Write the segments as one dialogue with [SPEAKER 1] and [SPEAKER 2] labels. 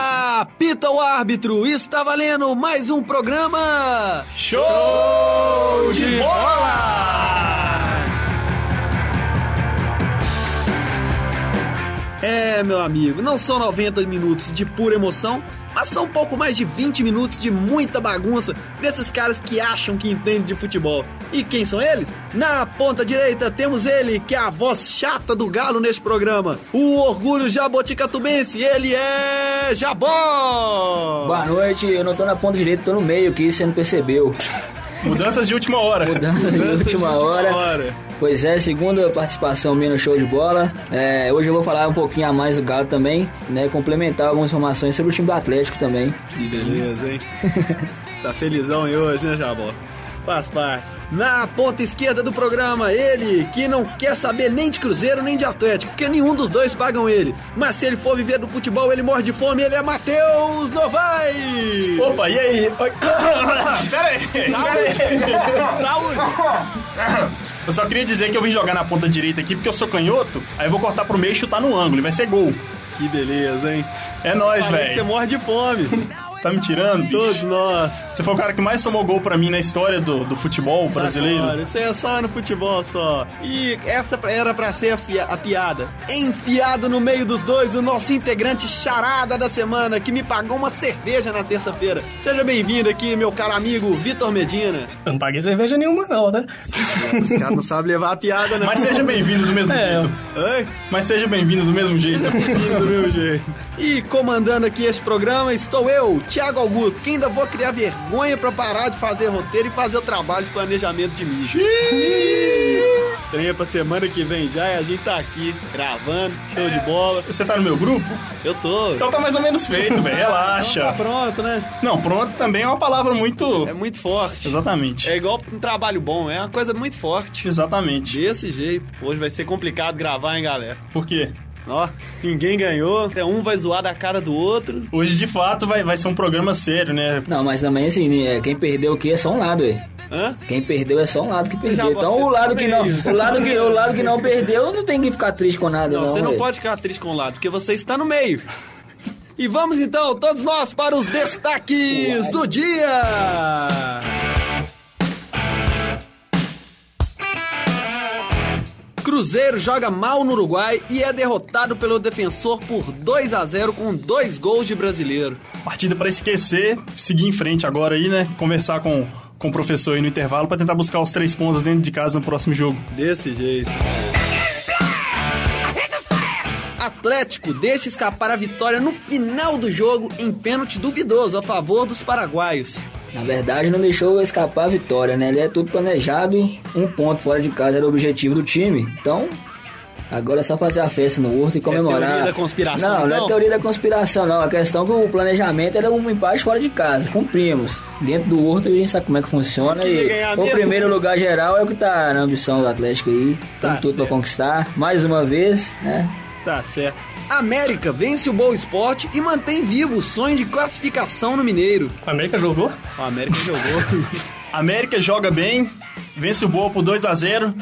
[SPEAKER 1] Apita o árbitro, está valendo mais um programa.
[SPEAKER 2] Show de bola!
[SPEAKER 1] É, meu amigo, não são 90 minutos de pura emoção, mas são um pouco mais de 20 minutos de muita bagunça desses caras que acham que entendem de futebol. E quem são eles? Na ponta direita temos ele, que é a voz chata do galo neste programa. O orgulho jaboticatubense, ele é Jabó!
[SPEAKER 3] Boa noite, eu não tô na ponta direita, tô no meio aqui, você não percebeu.
[SPEAKER 2] Mudanças de última hora.
[SPEAKER 3] Mudança
[SPEAKER 1] Mudança
[SPEAKER 3] de
[SPEAKER 1] de
[SPEAKER 3] última
[SPEAKER 1] última
[SPEAKER 3] hora.
[SPEAKER 1] hora.
[SPEAKER 3] Pois é, segunda participação minha no show de bola. É, hoje eu vou falar um pouquinho a mais do Galo também, né? Complementar algumas informações sobre o time do Atlético também.
[SPEAKER 1] Que beleza, hein? tá felizão aí hoje, né, Jabó? Faz parte. Na ponta esquerda do programa, ele que não quer saber nem de Cruzeiro nem de Atlético, porque nenhum dos dois pagam ele. Mas se ele for viver do futebol, ele morre de fome, ele é Matheus Novaes!
[SPEAKER 2] Opa, e aí? Oi. Pera aí, pera aí.
[SPEAKER 1] Saúde!
[SPEAKER 2] Eu só queria dizer que eu vim jogar na ponta direita aqui porque eu sou canhoto, aí eu vou cortar pro meio e chutar no ângulo, e vai ser gol.
[SPEAKER 1] Que beleza, hein?
[SPEAKER 2] É nóis,
[SPEAKER 1] Falei que Você
[SPEAKER 2] velho.
[SPEAKER 1] morre de fome,
[SPEAKER 2] Tá me tirando? bicho?
[SPEAKER 1] todos nós.
[SPEAKER 2] Você foi o cara que mais somou gol pra mim na história do, do futebol
[SPEAKER 1] Agora,
[SPEAKER 2] brasileiro.
[SPEAKER 1] Isso aí é só no futebol só. E essa era pra ser a, fia- a piada. Enfiado no meio dos dois, o nosso integrante charada da semana, que me pagou uma cerveja na terça-feira. Seja bem-vindo aqui, meu caro amigo Vitor Medina.
[SPEAKER 4] Eu não paguei cerveja nenhuma, não, né?
[SPEAKER 1] Os caras não sabem levar a piada, não.
[SPEAKER 2] Mas seja bem-vindo do mesmo
[SPEAKER 4] É.
[SPEAKER 2] jeito.
[SPEAKER 1] Ai,
[SPEAKER 2] Mas seja bem-vindo do mesmo jeito.
[SPEAKER 1] bem-vindo, meu jeito. E comandando aqui este programa estou eu, Thiago Augusto, que ainda vou criar vergonha pra parar de fazer roteiro e fazer o trabalho de planejamento de mídia. Treina pra semana que vem já e a gente tá aqui gravando, show de bola.
[SPEAKER 2] Você tá no meu grupo?
[SPEAKER 1] Eu tô.
[SPEAKER 2] Então tá mais ou menos feito,
[SPEAKER 1] Tá
[SPEAKER 2] velho. Relaxa.
[SPEAKER 1] pronto, né?
[SPEAKER 2] Não, pronto também é uma palavra muito.
[SPEAKER 1] É muito forte.
[SPEAKER 2] Exatamente.
[SPEAKER 1] É igual um trabalho bom, é uma coisa muito forte.
[SPEAKER 2] Exatamente.
[SPEAKER 1] Desse jeito. Hoje vai ser complicado gravar, hein, galera?
[SPEAKER 2] Por quê?
[SPEAKER 1] Ó, ninguém ganhou. Um vai zoar da cara do outro.
[SPEAKER 2] Hoje de fato vai, vai ser um programa sério, né?
[SPEAKER 3] Não, mas também assim, é, quem perdeu o que é só um lado, ué.
[SPEAKER 1] Hã?
[SPEAKER 3] Quem perdeu é só um lado que
[SPEAKER 1] Já
[SPEAKER 3] perdeu. Então
[SPEAKER 1] vocês
[SPEAKER 3] o lado que não,
[SPEAKER 1] também.
[SPEAKER 3] o lado que, o lado que não perdeu não tem que ficar triste com nada,
[SPEAKER 1] Não,
[SPEAKER 3] não. é.
[SPEAKER 1] você não
[SPEAKER 3] ué.
[SPEAKER 1] pode ficar triste com o lado, porque você está no meio. E vamos então, todos nós, para os destaques do dia! Cruzeiro joga mal no Uruguai e é derrotado pelo defensor por 2 a 0 com dois gols de brasileiro.
[SPEAKER 2] Partida pra esquecer, seguir em frente agora aí, né? Conversar com, com o professor aí no intervalo pra tentar buscar os três pontos dentro de casa no próximo jogo.
[SPEAKER 1] Desse jeito. Atlético deixa escapar a vitória no final do jogo em pênalti duvidoso a favor dos paraguaios.
[SPEAKER 3] Na verdade, não deixou escapar a vitória, né? Ele é tudo planejado, um ponto fora de casa era o objetivo do time. Então, agora é só fazer a festa no Horto e comemorar.
[SPEAKER 1] É teoria da conspiração,
[SPEAKER 3] Não, não
[SPEAKER 1] então?
[SPEAKER 3] é teoria da conspiração, não. A questão é que o planejamento era um empate fora de casa. Cumprimos. Dentro do Horto a gente sabe como é que funciona.
[SPEAKER 1] Quem ia
[SPEAKER 3] e
[SPEAKER 1] ganhar
[SPEAKER 3] o
[SPEAKER 1] mesmo?
[SPEAKER 3] primeiro lugar geral é o que tá na ambição do Atlético aí.
[SPEAKER 1] Tá
[SPEAKER 3] Tem tudo pra
[SPEAKER 1] certo.
[SPEAKER 3] conquistar. Mais uma vez, né?
[SPEAKER 1] Tá certo. América vence o Boa Esporte e mantém vivo o sonho de classificação no Mineiro.
[SPEAKER 4] A América jogou? é
[SPEAKER 1] O América jogou.
[SPEAKER 2] América joga bem, vence o Boa por 2 a 0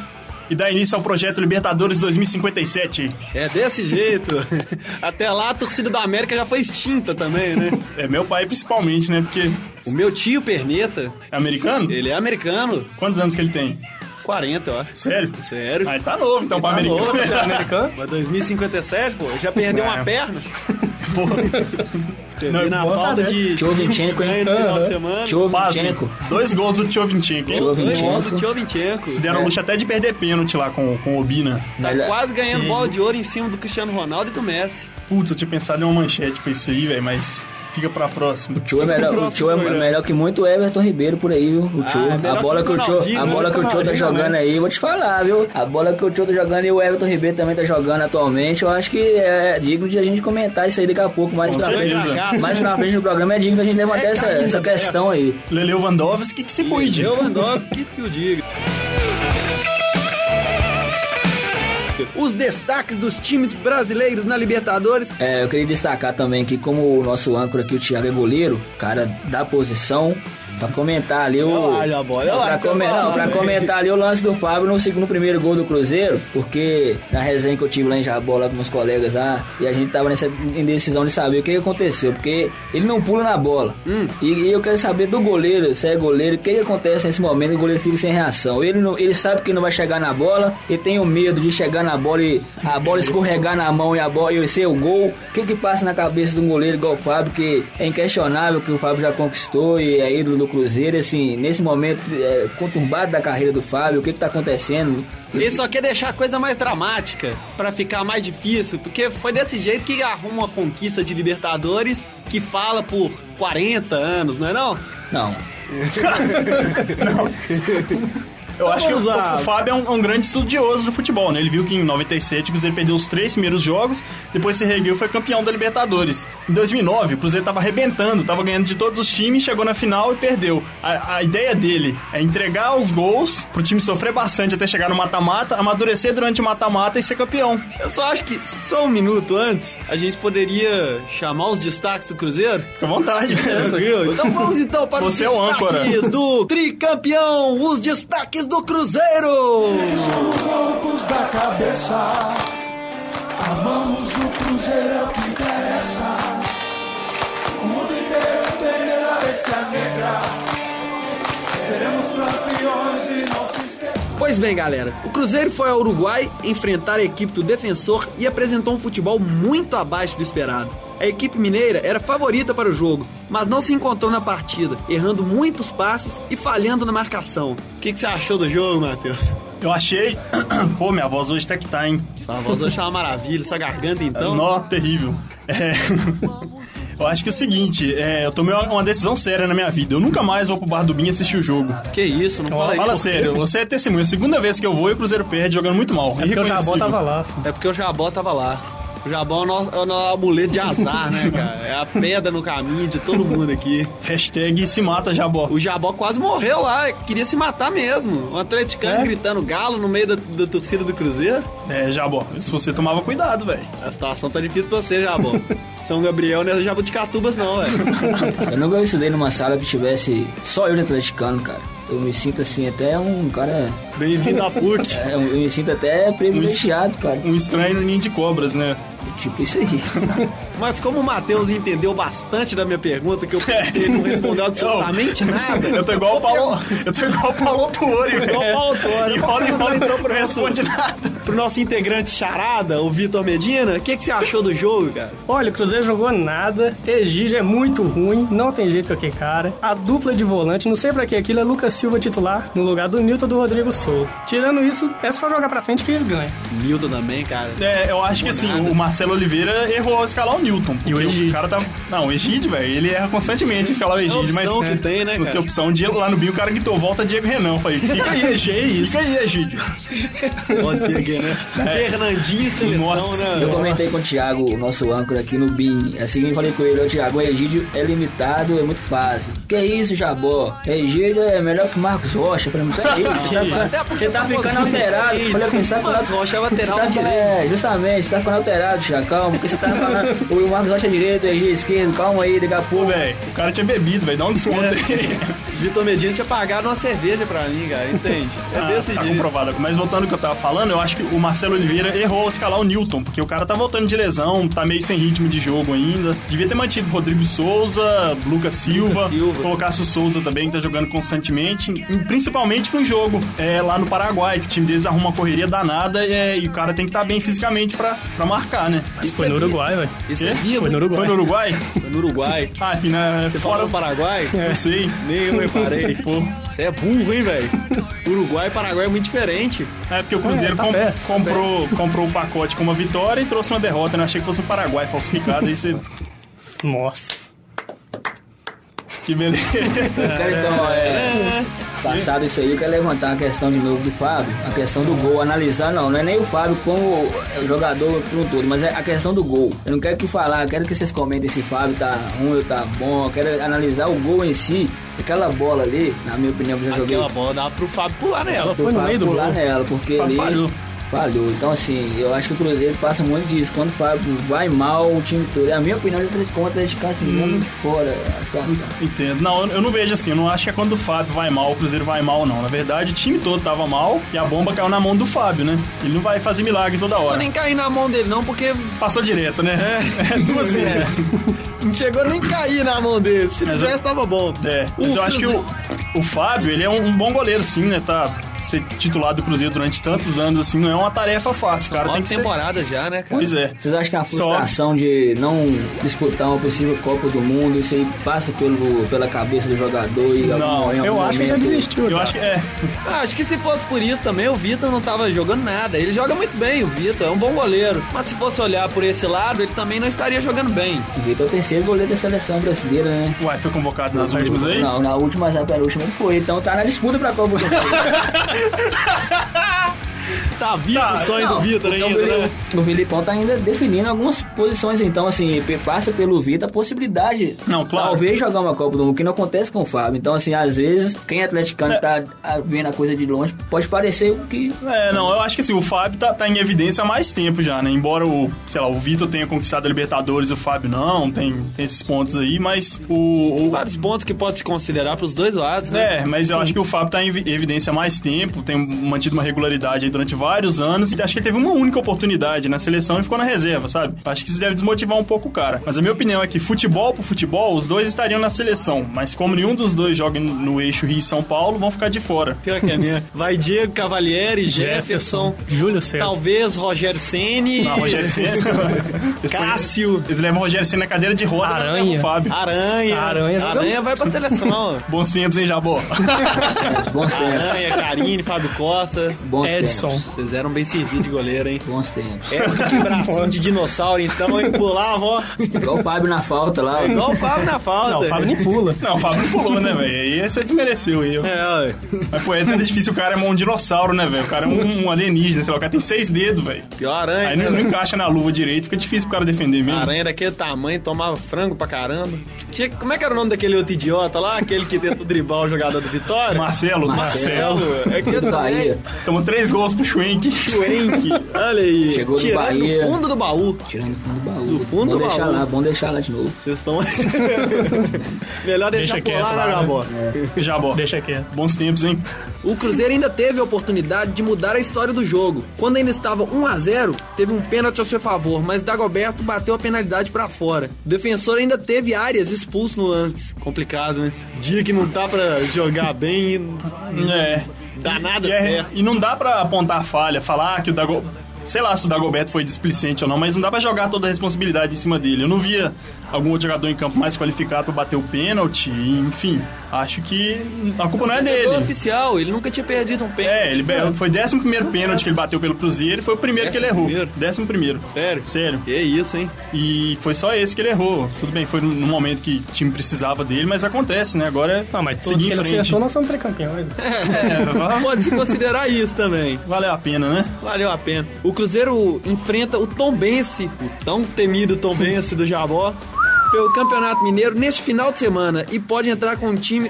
[SPEAKER 2] e dá início ao projeto Libertadores 2057.
[SPEAKER 1] é desse jeito. Até lá a torcida da América já foi extinta também, né?
[SPEAKER 2] É meu pai principalmente, né? Porque
[SPEAKER 1] O meu tio Perneta,
[SPEAKER 2] é americano?
[SPEAKER 1] ele é americano,
[SPEAKER 2] Quantos anos que ele tem?
[SPEAKER 1] 40, eu acho.
[SPEAKER 2] Sério?
[SPEAKER 1] Sério.
[SPEAKER 2] Ah, ele tá novo então pra
[SPEAKER 4] Tá
[SPEAKER 2] americano.
[SPEAKER 4] novo,
[SPEAKER 1] né?
[SPEAKER 4] você é americano?
[SPEAKER 1] Mas 2057, pô, já perdeu uma
[SPEAKER 2] É.
[SPEAKER 1] perna. Teve
[SPEAKER 2] Não, é
[SPEAKER 1] na
[SPEAKER 2] bom
[SPEAKER 1] pauta
[SPEAKER 2] saber.
[SPEAKER 1] de
[SPEAKER 3] Tchouvinchenko,
[SPEAKER 1] ganho
[SPEAKER 3] hein?
[SPEAKER 1] no final de
[SPEAKER 4] Aham.
[SPEAKER 1] semana.
[SPEAKER 2] Pasmem,
[SPEAKER 3] Tchouvinchenko.
[SPEAKER 2] Dois gols do Tchovinchenko. hein?
[SPEAKER 3] Tchouvinchenko.
[SPEAKER 1] Dois gols do Tchouvinchenko.
[SPEAKER 2] Se deram luxo até de perder pênalti lá com, com o Obina.
[SPEAKER 1] Tá
[SPEAKER 3] Melhor-
[SPEAKER 1] quase ganhando bola de ouro em cima do Cristiano Ronaldo e do Messi.
[SPEAKER 2] Putz, eu tinha pensado em uma manchete pra isso aí, velho, mas fica pra próxima.
[SPEAKER 3] Tchô é melhor, o Tchô é melhor que muito Everton Ribeiro por aí, viu? O Tchô.
[SPEAKER 1] é melhor
[SPEAKER 3] a bola
[SPEAKER 1] que
[SPEAKER 3] que
[SPEAKER 1] o
[SPEAKER 3] o Tchô,
[SPEAKER 1] Ronaldinho,
[SPEAKER 3] a
[SPEAKER 1] né?
[SPEAKER 3] bola que o Tchô tá
[SPEAKER 4] Ronaldinho,
[SPEAKER 3] jogando
[SPEAKER 4] né?
[SPEAKER 3] aí, vou te falar, viu? A bola que o Tchô tá jogando e o Everton Ribeiro também tá jogando atualmente, eu acho que é digno de a gente comentar isso aí daqui a pouco, mais
[SPEAKER 2] Com
[SPEAKER 3] pra frente.
[SPEAKER 2] certeza.
[SPEAKER 3] Mais pra frente no programa é digno de a gente levantar
[SPEAKER 1] É
[SPEAKER 3] essa,
[SPEAKER 1] caída
[SPEAKER 3] essa questão aí.
[SPEAKER 2] Leleu Vandovski que se cuide.
[SPEAKER 1] Lewandowski, que eu diga. Os destaques dos times brasileiros na Libertadores.
[SPEAKER 3] É, eu queria destacar também que como o nosso âncora aqui, o Thiago, é goleiro, cara da posição, Pra comentar ali o.
[SPEAKER 5] Olha lá, já bora, olha lá,
[SPEAKER 3] pra
[SPEAKER 5] que você
[SPEAKER 3] come-
[SPEAKER 5] fala,
[SPEAKER 3] não, pra
[SPEAKER 5] né?
[SPEAKER 3] comentar ali o lance do Fábio no segundo primeiro gol do Cruzeiro, porque na resenha que eu tive lá em Jabó, lá com meus colegas lá, e a gente tava nessa indecisão de saber o que aconteceu, porque ele não pula na bola.
[SPEAKER 5] Hum.
[SPEAKER 3] E, e eu quero saber do goleiro, se é goleiro, o que, que acontece nesse momento, o goleiro fica sem reação. Ele, não- ele sabe que não vai chegar na bola, ele tem o medo de chegar na bola e a bola escorregar na mão e a bola e ser o gol. O que que passa na cabeça de um goleiro igual o Fábio, que é inquestionável que o Fábio já conquistou e é ídolo do Cruzeiro, assim, nesse momento é, conturbado da carreira do Fábio, o que que tá acontecendo?
[SPEAKER 1] Ele só quer deixar a coisa mais dramática pra ficar mais difícil, porque foi desse jeito que arruma a conquista de Libertadores que fala por 40 anos, não é não?
[SPEAKER 3] Não.
[SPEAKER 2] Eu acho que o,
[SPEAKER 5] usar.
[SPEAKER 2] o Fábio é um, é um grande estudioso do futebol, né? Ele viu que em 97 o Cruzeiro perdeu os três primeiros jogos, depois se ergueu e foi campeão da Libertadores. Em 2009, o Cruzeiro tava arrebentando, tava ganhando de todos os times, chegou na final e perdeu. A, a ideia dele é entregar os gols pro time sofrer bastante até chegar no mata-mata, amadurecer durante o mata-mata e ser campeão.
[SPEAKER 1] Eu só acho que só um minuto antes a gente poderia chamar os destaques do Cruzeiro.
[SPEAKER 2] Fica à vontade.
[SPEAKER 5] Viu?
[SPEAKER 1] Então vamos então para
[SPEAKER 2] Você é
[SPEAKER 1] os
[SPEAKER 2] o âncora.
[SPEAKER 1] destaques do tricampeão, os destaques do Cruzeiro.
[SPEAKER 6] Somos loucos da cabeça. Amamos o Cruzeiro, é o que interessa. O mundo inteiro tem a bestia negra. Seremos campeões e não se esqueça.
[SPEAKER 5] Pois bem, galera, o Cruzeiro foi ao Uruguai enfrentar a equipe do defensor e apresentou um futebol muito abaixo do esperado. A equipe mineira era favorita para o jogo, mas não se encontrou na partida, errando muitos passes e falhando na marcação.
[SPEAKER 1] O que, que você achou do jogo, Matheus?
[SPEAKER 2] Eu achei. Pô, minha voz hoje tá que tá, hein?
[SPEAKER 1] Sua voz hoje tá uma maravilha, sua garganta então.
[SPEAKER 2] Nó, terrível. É, eu acho que é o seguinte, é, eu tomei uma, uma decisão séria na minha vida. Eu nunca mais vou pro Bar do Bim assistir o jogo.
[SPEAKER 1] Que isso, não fala,
[SPEAKER 2] Fala,
[SPEAKER 1] aí.
[SPEAKER 2] sério, você é testemunha. A segunda vez que eu vou e o Cruzeiro perde jogando muito mal.
[SPEAKER 4] É porque o Jabó
[SPEAKER 2] Irreconhecível.
[SPEAKER 4] tava lá, assim.
[SPEAKER 1] É porque o Jabó tava lá. O Jabó é o nosso, é o nosso amuleto de azar, né, cara? É a pedra no caminho de todo mundo aqui.
[SPEAKER 2] Hashtag se mata Jabó.
[SPEAKER 1] O Jabó quase morreu lá, queria se matar mesmo. Um atleticano
[SPEAKER 4] É?
[SPEAKER 1] gritando galo no meio da, da torcida do Cruzeiro.
[SPEAKER 2] É, Jabó, se você tomava cuidado, velho.
[SPEAKER 1] A situação tá difícil pra você, Jabó. São Gabriel não é Jabuticatubas, não, velho.
[SPEAKER 3] Eu nunca estudei numa sala que tivesse só eu de atleticano, cara. Eu me sinto assim, até um cara.
[SPEAKER 1] Bem-vindo à PUC.
[SPEAKER 3] é, Eu me sinto até privilegiado, cara.
[SPEAKER 2] Um estranho no ninho de cobras, né?
[SPEAKER 3] Tipo isso aí.
[SPEAKER 1] Mas como o Matheus entendeu bastante da minha pergunta, que eu ele não respondeu absolutamente nada.
[SPEAKER 2] É. Eu tô igual o Paulo. É. Eu tô igual o Paulo Tuori, velho.
[SPEAKER 1] Igual o Paulo Tuori.
[SPEAKER 2] Enrola, enrola,
[SPEAKER 1] Então,
[SPEAKER 2] não
[SPEAKER 1] professor.
[SPEAKER 2] responde nada.
[SPEAKER 1] Pro nosso integrante charada, o Vitor Medina, o que, que você achou do jogo, cara?
[SPEAKER 4] Olha, o Cruzeiro jogou nada. Egídio é muito ruim, não tem jeito com aquele cara. A dupla de volante, não sei pra que aquilo, é Lucas Silva titular no lugar do Milton do Rodrigo Souza. Tirando isso, é só jogar pra frente que ele ganha.
[SPEAKER 1] Milton também, cara.
[SPEAKER 2] É, eu acho que assim,
[SPEAKER 1] nada.
[SPEAKER 2] o Marcelo Oliveira errou ao escalar o Newton.
[SPEAKER 4] E o
[SPEAKER 2] porque
[SPEAKER 4] Egídio.
[SPEAKER 2] cara tá. Não, o Egídio, velho, ele erra constantemente em escalar o Egídio, mas.
[SPEAKER 1] opção que tem, né,
[SPEAKER 2] Não
[SPEAKER 1] cara?
[SPEAKER 2] tem opção. Um dia lá no Bio o cara gritou, volta Diego Renan. Eu falei, fica aí, Egídio. Fica aí, Egídio.
[SPEAKER 1] Ó, Diego, né? Fernandinho seleção,
[SPEAKER 2] Nossa.
[SPEAKER 1] né?
[SPEAKER 3] Eu comentei com o Thiago, o nosso âncora aqui no BIM. Assim, eu falei com ele, ô Thiago, o Egídio é limitado, é muito fácil. Que isso, Jabó? Egídio é melhor que Marcos Rocha. Eu falei, mas que isso? Você tá ficando alterado. Eu Falei, você tá
[SPEAKER 1] Marcos
[SPEAKER 3] falando...
[SPEAKER 1] Rocha é
[SPEAKER 3] Você
[SPEAKER 1] lateral
[SPEAKER 3] tá,
[SPEAKER 1] direito.
[SPEAKER 3] é, justamente, você tá ficando alterado, Thiago, calma, porque você tá falando. O Marcos Rocha é direito, o Egídio é esquerdo, calma aí, daqui a
[SPEAKER 2] Pô,
[SPEAKER 3] pouco.
[SPEAKER 2] velho, o cara tinha bebido, velho, dá um desconto
[SPEAKER 4] É.
[SPEAKER 2] aí.
[SPEAKER 1] Vitor Medina tinha pagado uma cerveja pra mim, cara, entende? É
[SPEAKER 2] Ah,
[SPEAKER 1] desse
[SPEAKER 2] tá
[SPEAKER 1] jeito.
[SPEAKER 2] comprovado. Mas voltando ao que eu tava falando, eu acho que o Marcelo Oliveira errou ao escalar o Newton, porque o cara tá voltando de lesão, tá meio sem ritmo de jogo ainda. Devia ter mantido Rodrigo Souza, Lucas Silva,
[SPEAKER 1] Silva.
[SPEAKER 2] colocasse o Souza também, que tá jogando constantemente, e principalmente no jogo é, lá no Paraguai, que o time deles arruma uma correria danada é, e o cara tem que estar bem fisicamente pra, pra marcar, né?
[SPEAKER 4] Mas
[SPEAKER 1] Isso
[SPEAKER 4] foi
[SPEAKER 1] é
[SPEAKER 4] no
[SPEAKER 1] bi-
[SPEAKER 4] Uruguai, velho.
[SPEAKER 1] Isso
[SPEAKER 2] Quê?
[SPEAKER 1] é vivo,
[SPEAKER 4] Foi no
[SPEAKER 1] hein?
[SPEAKER 4] Uruguai.
[SPEAKER 2] Foi no Uruguai?
[SPEAKER 1] Foi no Uruguai.
[SPEAKER 2] ah, enfim, né?
[SPEAKER 1] Você
[SPEAKER 2] Fora
[SPEAKER 1] falou
[SPEAKER 2] o
[SPEAKER 1] Paraguai?
[SPEAKER 2] Não sei.
[SPEAKER 1] Nem eu reparei.
[SPEAKER 2] Pô.
[SPEAKER 1] Você é burro, hein, velho? Uruguai e Paraguai é muito diferente.
[SPEAKER 2] É porque o Cruzeiro
[SPEAKER 4] É, tá
[SPEAKER 2] com-
[SPEAKER 4] perto, tá
[SPEAKER 2] comprou, comprou o pacote com uma vitória e trouxe uma derrota. né? Eu achei que fosse o Paraguai falsificado. Aí você.
[SPEAKER 4] Nossa.
[SPEAKER 2] Que beleza.
[SPEAKER 3] Cara, então, é, Passado isso aí, eu quero levantar a questão de novo do Fábio, a questão do gol, analisar não, não é nem o Fábio como jogador por um todo, mas é a questão do gol. Eu não quero que falar, eu quero que vocês comentem se Fábio tá ruim ou tá bom, eu quero analisar o gol em si, aquela bola ali, na minha opinião, que eu já joguei.
[SPEAKER 1] Aquela bola dava pro Fábio pular nela.
[SPEAKER 3] pro
[SPEAKER 4] foi no
[SPEAKER 3] Fábio
[SPEAKER 4] meio do
[SPEAKER 3] pular
[SPEAKER 4] gol.
[SPEAKER 3] nela, porque
[SPEAKER 2] Fábio
[SPEAKER 3] ali
[SPEAKER 2] falhou.
[SPEAKER 3] falhou. falhou. Então, assim, eu acho que o Cruzeiro passa muito disso. Quando o Fábio vai mal, o time todo. É a minha opinião, o Atlético fica assim, hum. de fora a situação.
[SPEAKER 2] Entendo. Não, eu- eu não vejo assim. Eu não acho que é quando o Fábio vai mal, o Cruzeiro vai mal, não. Na verdade, o time todo tava mal e a bomba caiu na mão do Fábio, né? Ele não vai fazer milagre toda hora.
[SPEAKER 1] Nem cair na mão dele, não, porque
[SPEAKER 2] Passou direto, né? É. Duas vezes.
[SPEAKER 7] Não chegou nem cair na mão dele. Se
[SPEAKER 2] Mas eu-
[SPEAKER 7] tivesse, tava bom.
[SPEAKER 2] É, mas
[SPEAKER 7] O
[SPEAKER 2] eu acho que o, o Fábio, ele é um, um bom goleiro, sim, né? Tá ser titular do Cruzeiro durante tantos anos, assim, não é uma tarefa fácil. O cara tem
[SPEAKER 1] nove
[SPEAKER 2] que ser...
[SPEAKER 1] temporadas já, né, cara?
[SPEAKER 2] Pois é.
[SPEAKER 3] Vocês acham que a
[SPEAKER 2] Só-
[SPEAKER 3] frustração de não disputar uma possível Copa do Mundo, isso aí passa pelo, pela cabeça do jogador? E
[SPEAKER 2] Não,
[SPEAKER 3] em
[SPEAKER 4] Eu
[SPEAKER 3] algum
[SPEAKER 4] acho que já
[SPEAKER 3] momento-
[SPEAKER 4] desistiu.
[SPEAKER 2] Eu acho que é.
[SPEAKER 1] Ah, acho que se fosse por isso também, o Vitor não tava jogando nada. Ele joga muito bem, o Vitor, é um bom goleiro. Mas se fosse olhar por esse lado, ele também não estaria jogando bem.
[SPEAKER 3] O Vitor é o terceiro goleiro da seleção brasileira, né?
[SPEAKER 2] Uai, foi convocado nas últimas aí?
[SPEAKER 3] Não, na última, na penúltima ele foi. Então tá na disputa pra Copa do Mundo.
[SPEAKER 1] Tá vivo
[SPEAKER 2] Tá,
[SPEAKER 1] o sonho
[SPEAKER 3] não,
[SPEAKER 1] do Vitor
[SPEAKER 3] então
[SPEAKER 1] ainda,
[SPEAKER 3] o Fili-
[SPEAKER 1] né?
[SPEAKER 3] O Filipão tá ainda definindo algumas posições, então, assim, pe- passa pelo Vitor a possibilidade.
[SPEAKER 2] Não, claro.
[SPEAKER 3] Talvez jogar uma Copa do Mundo, que não acontece com o Fábio. Então, assim, às vezes, quem é atleticano e tá ah, vendo a coisa de longe, pode parecer o que.
[SPEAKER 2] É, não, eu acho que assim, o Fábio tá, tá em evidência há mais tempo já, né? Embora o, sei lá, o Vitor tenha conquistado a Libertadores, o Fábio não, tem, tem esses pontos aí, mas o. o
[SPEAKER 1] Vários pontos que pode se considerar pros dois lados, né?
[SPEAKER 2] é, mas eu acho que o Fábio tá em evi- evidência há mais tempo, tem mantido uma regularidade aí durante vários anos, e acho que ele teve uma única oportunidade na seleção e ficou na reserva, sabe? Acho que isso deve desmotivar um pouco o cara. Mas a minha opinião é que futebol pro futebol, os dois estariam na seleção, mas como nenhum dos dois joga no- no eixo Rio e São Paulo, vão ficar de fora.
[SPEAKER 1] Pior que é mesmo. Vai Diego Cavalieri, Jefferson,
[SPEAKER 4] Jefferson, Júlio César.
[SPEAKER 1] talvez Rogério Ceni,
[SPEAKER 2] Não, Rogério Ceni.
[SPEAKER 1] Cássio,
[SPEAKER 2] Eles levam o Rogério Ceni na cadeira de roda.
[SPEAKER 4] Aranha.
[SPEAKER 2] levam O Fábio.
[SPEAKER 1] Aranha.
[SPEAKER 4] Aranha joga-
[SPEAKER 1] vai pra seleção.
[SPEAKER 2] Bons tempos, hein, Jabó?
[SPEAKER 3] É, bons tempos.
[SPEAKER 1] Aranha, Karine, Fábio Costa.
[SPEAKER 3] Bons
[SPEAKER 4] Edson.
[SPEAKER 1] Vocês eram bem servidos de goleiro, hein?
[SPEAKER 3] tempos. Bons tempos.
[SPEAKER 1] É, que bracinho de dinossauro, então, e pulava, ó.
[SPEAKER 3] Igual o Fábio na falta lá. ó.
[SPEAKER 1] Igual o Fábio na falta.
[SPEAKER 4] Não, o Fábio nem pula.
[SPEAKER 2] Não, o Fábio não pulou, né, velho? Aí você desmereceu eu.
[SPEAKER 1] É, ué.
[SPEAKER 2] Mas, pô, essa era difícil. O cara é um dinossauro, né, velho? O cara é um, um alienígena, sei lá. O cara tem seis dedos, velho.
[SPEAKER 1] Pior aranha,
[SPEAKER 2] Aí
[SPEAKER 1] né,
[SPEAKER 2] não, não
[SPEAKER 1] velho?
[SPEAKER 2] encaixa na luva direito, fica difícil pro cara defender mesmo.
[SPEAKER 1] Aranha daquele tamanho, tomava frango pra caramba. Tinha- como é que era o nome daquele outro idiota lá? Aquele que tentou driblar o jogador do Vitória?
[SPEAKER 2] Marcelo,
[SPEAKER 1] Marcelo.
[SPEAKER 2] Marcelo.
[SPEAKER 1] É que
[SPEAKER 3] Do
[SPEAKER 1] também.
[SPEAKER 3] Bahia.
[SPEAKER 2] Tomou três gols pro Schwenk.
[SPEAKER 1] Chuenque. Olha aí.
[SPEAKER 3] Chegou do
[SPEAKER 1] Tirando
[SPEAKER 3] Bahia.
[SPEAKER 1] do fundo do baú.
[SPEAKER 3] Tirando o fundo do baú.
[SPEAKER 1] Do fundo do
[SPEAKER 3] bom deixar
[SPEAKER 1] baú.
[SPEAKER 3] lá, bom deixar lá de novo.
[SPEAKER 1] Vocês estão. Melhor deixar
[SPEAKER 4] Deixa
[SPEAKER 1] por
[SPEAKER 4] quieto
[SPEAKER 1] lá,
[SPEAKER 4] lá,
[SPEAKER 1] né,
[SPEAKER 4] né?
[SPEAKER 1] Jabó?
[SPEAKER 3] É.
[SPEAKER 2] Jabó.
[SPEAKER 4] Deixa aqui.
[SPEAKER 2] Bons tempos, hein?
[SPEAKER 1] O Cruzeiro ainda teve a oportunidade de mudar a história do jogo. Quando ainda estava 1 a 0, teve um pênalti a seu favor, mas Dagoberto bateu a penalidade pra fora. O defensor ainda teve áreas expulso no antes. Complicado, né? Dia que não tá pra jogar bem e
[SPEAKER 2] É.
[SPEAKER 1] dá nada
[SPEAKER 2] E, é-
[SPEAKER 1] certo.
[SPEAKER 2] e não dá pra apontar falha, falar que o Dago... Sei lá se o Dagoberto foi displicente ou não, mas não dá pra jogar toda a responsabilidade em cima dele. Eu não via algum outro jogador em campo mais qualificado pra bater o pênalti, enfim. Acho que a culpa não é
[SPEAKER 1] Jogador
[SPEAKER 2] dele.
[SPEAKER 1] oficial, ele nunca tinha perdido um pênalti.
[SPEAKER 2] É, ele be- foi o décimo primeiro pênalti que ele bateu pelo Cruzeiro e foi o primeiro que ele
[SPEAKER 1] Décimo
[SPEAKER 2] errou.
[SPEAKER 1] primeiro?
[SPEAKER 2] Décimo primeiro.
[SPEAKER 1] Sério?
[SPEAKER 2] Sério.
[SPEAKER 1] Que isso, hein?
[SPEAKER 2] E foi só esse que ele errou. Tudo bem, foi num momento que o time precisava dele, mas acontece, né? Agora é
[SPEAKER 4] Não, mas todos
[SPEAKER 2] seguir
[SPEAKER 4] que
[SPEAKER 2] em
[SPEAKER 4] ele
[SPEAKER 2] frente.
[SPEAKER 4] acertou, nós somos tricampeões. né?
[SPEAKER 1] É, Pode se considerar isso também.
[SPEAKER 2] Valeu a pena, né?
[SPEAKER 1] Valeu a pena. O Cruzeiro enfrenta o Tombense, o tão temido Tombense do Jabó, pelo Campeonato Mineiro neste final de semana e pode entrar com um time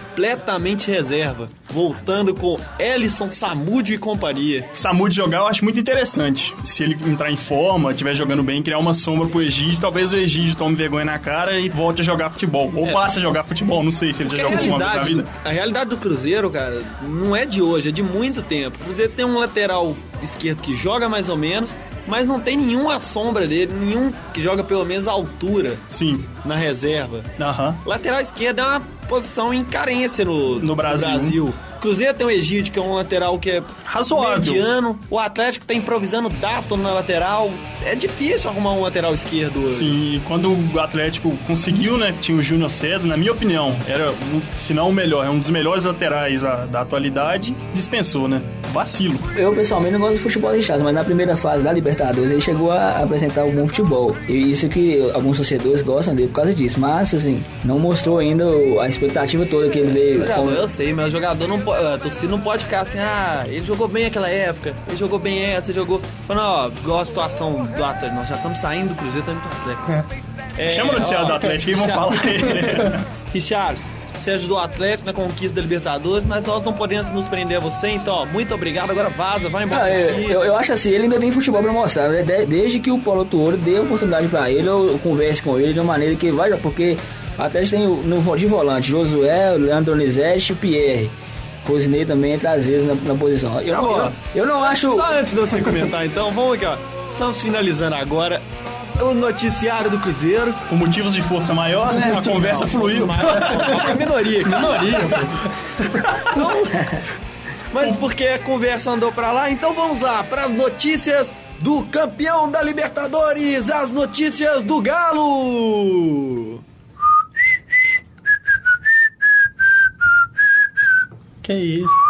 [SPEAKER 1] completamente reserva, voltando com Ellison, Samúdio e companhia.
[SPEAKER 2] Samud jogar eu acho muito interessante. Se ele entrar em forma, estiver jogando bem, criar uma sombra pro Egídio, talvez o Egídio tome vergonha na cara e volte a jogar futebol. Ou
[SPEAKER 1] É.
[SPEAKER 2] passe a jogar futebol, não sei se ele já
[SPEAKER 1] Porque a
[SPEAKER 2] jogou alguma vez na
[SPEAKER 1] realidade, né?
[SPEAKER 2] vida.
[SPEAKER 1] a realidade do Cruzeiro, cara, não é de hoje, é de muito tempo. O Cruzeiro tem um lateral esquerdo que joga mais ou menos, mas não tem nenhuma sombra dele, nenhum que joga pelo menos a altura
[SPEAKER 2] Sim.
[SPEAKER 1] na reserva.
[SPEAKER 2] Aham.
[SPEAKER 1] Lateral esquerda é uma posição em carência no,
[SPEAKER 2] No Brasil.
[SPEAKER 1] Cruzeiro tem o Egídio, que é um lateral que é
[SPEAKER 2] Razoável.
[SPEAKER 1] mediano. O Atlético tá improvisando Dato na lateral. É difícil arrumar um lateral esquerdo hoje.
[SPEAKER 2] Sim, e quando o Atlético conseguiu, né? Tinha o Júnior César, na minha opinião, era, um- se não o melhor, é um dos melhores laterais da, da atualidade, dispensou, né? Vacilo.
[SPEAKER 3] Eu, pessoalmente, não gosto do futebol de Chaves, mas na primeira fase da Libertadores ele chegou a apresentar um bom futebol. E isso que alguns torcedores gostam dele por causa disso. Mas, assim, não mostrou ainda o- a expectativa toda que ele veio.
[SPEAKER 1] Não,
[SPEAKER 3] com-
[SPEAKER 1] eu sei, mas o jogador não pode. A torcida não pode ficar assim, ah, ele jogou bem aquela época, ele jogou bem essa, ele jogou. Falando, ó, igual a situação do Atlético, nós já estamos saindo do Cruzeiro, estamos indo pro Atlético. É,
[SPEAKER 2] Chama o noticiário
[SPEAKER 1] ó,
[SPEAKER 2] do Atlético e vão falar.
[SPEAKER 1] Richards, Você ajudou o Atlético na conquista da Libertadores, mas nós não podemos nos prender a você, então, ó, muito obrigado. Agora vaza, vai embora.
[SPEAKER 3] Ah, eu,
[SPEAKER 1] daqui.
[SPEAKER 3] eu- eu acho assim, ele ainda tem futebol pra mostrar. né? De- desde que o Paulo Tuoro dê a oportunidade pra ele, eu, eu converse com ele de uma maneira que vai, porque até tem o- no, vo- de volante, Josué, Leandro Donizete e Pierre. Rosinei também entra às vezes na, na posição. Eu,
[SPEAKER 1] Acabou.
[SPEAKER 3] eu, eu não acho.
[SPEAKER 1] Só antes de você comentar, então, vamos aqui, ó. Estamos finalizando agora o noticiário do Cruzeiro.
[SPEAKER 2] Por motivos de força maior, né? A conversa fluiu.
[SPEAKER 1] É minoria, cara.
[SPEAKER 2] Minoria, pô.
[SPEAKER 1] mas porque a conversa andou pra lá, então vamos lá pras notícias do campeão da Libertadores, as notícias do Galo.
[SPEAKER 4] Que isso.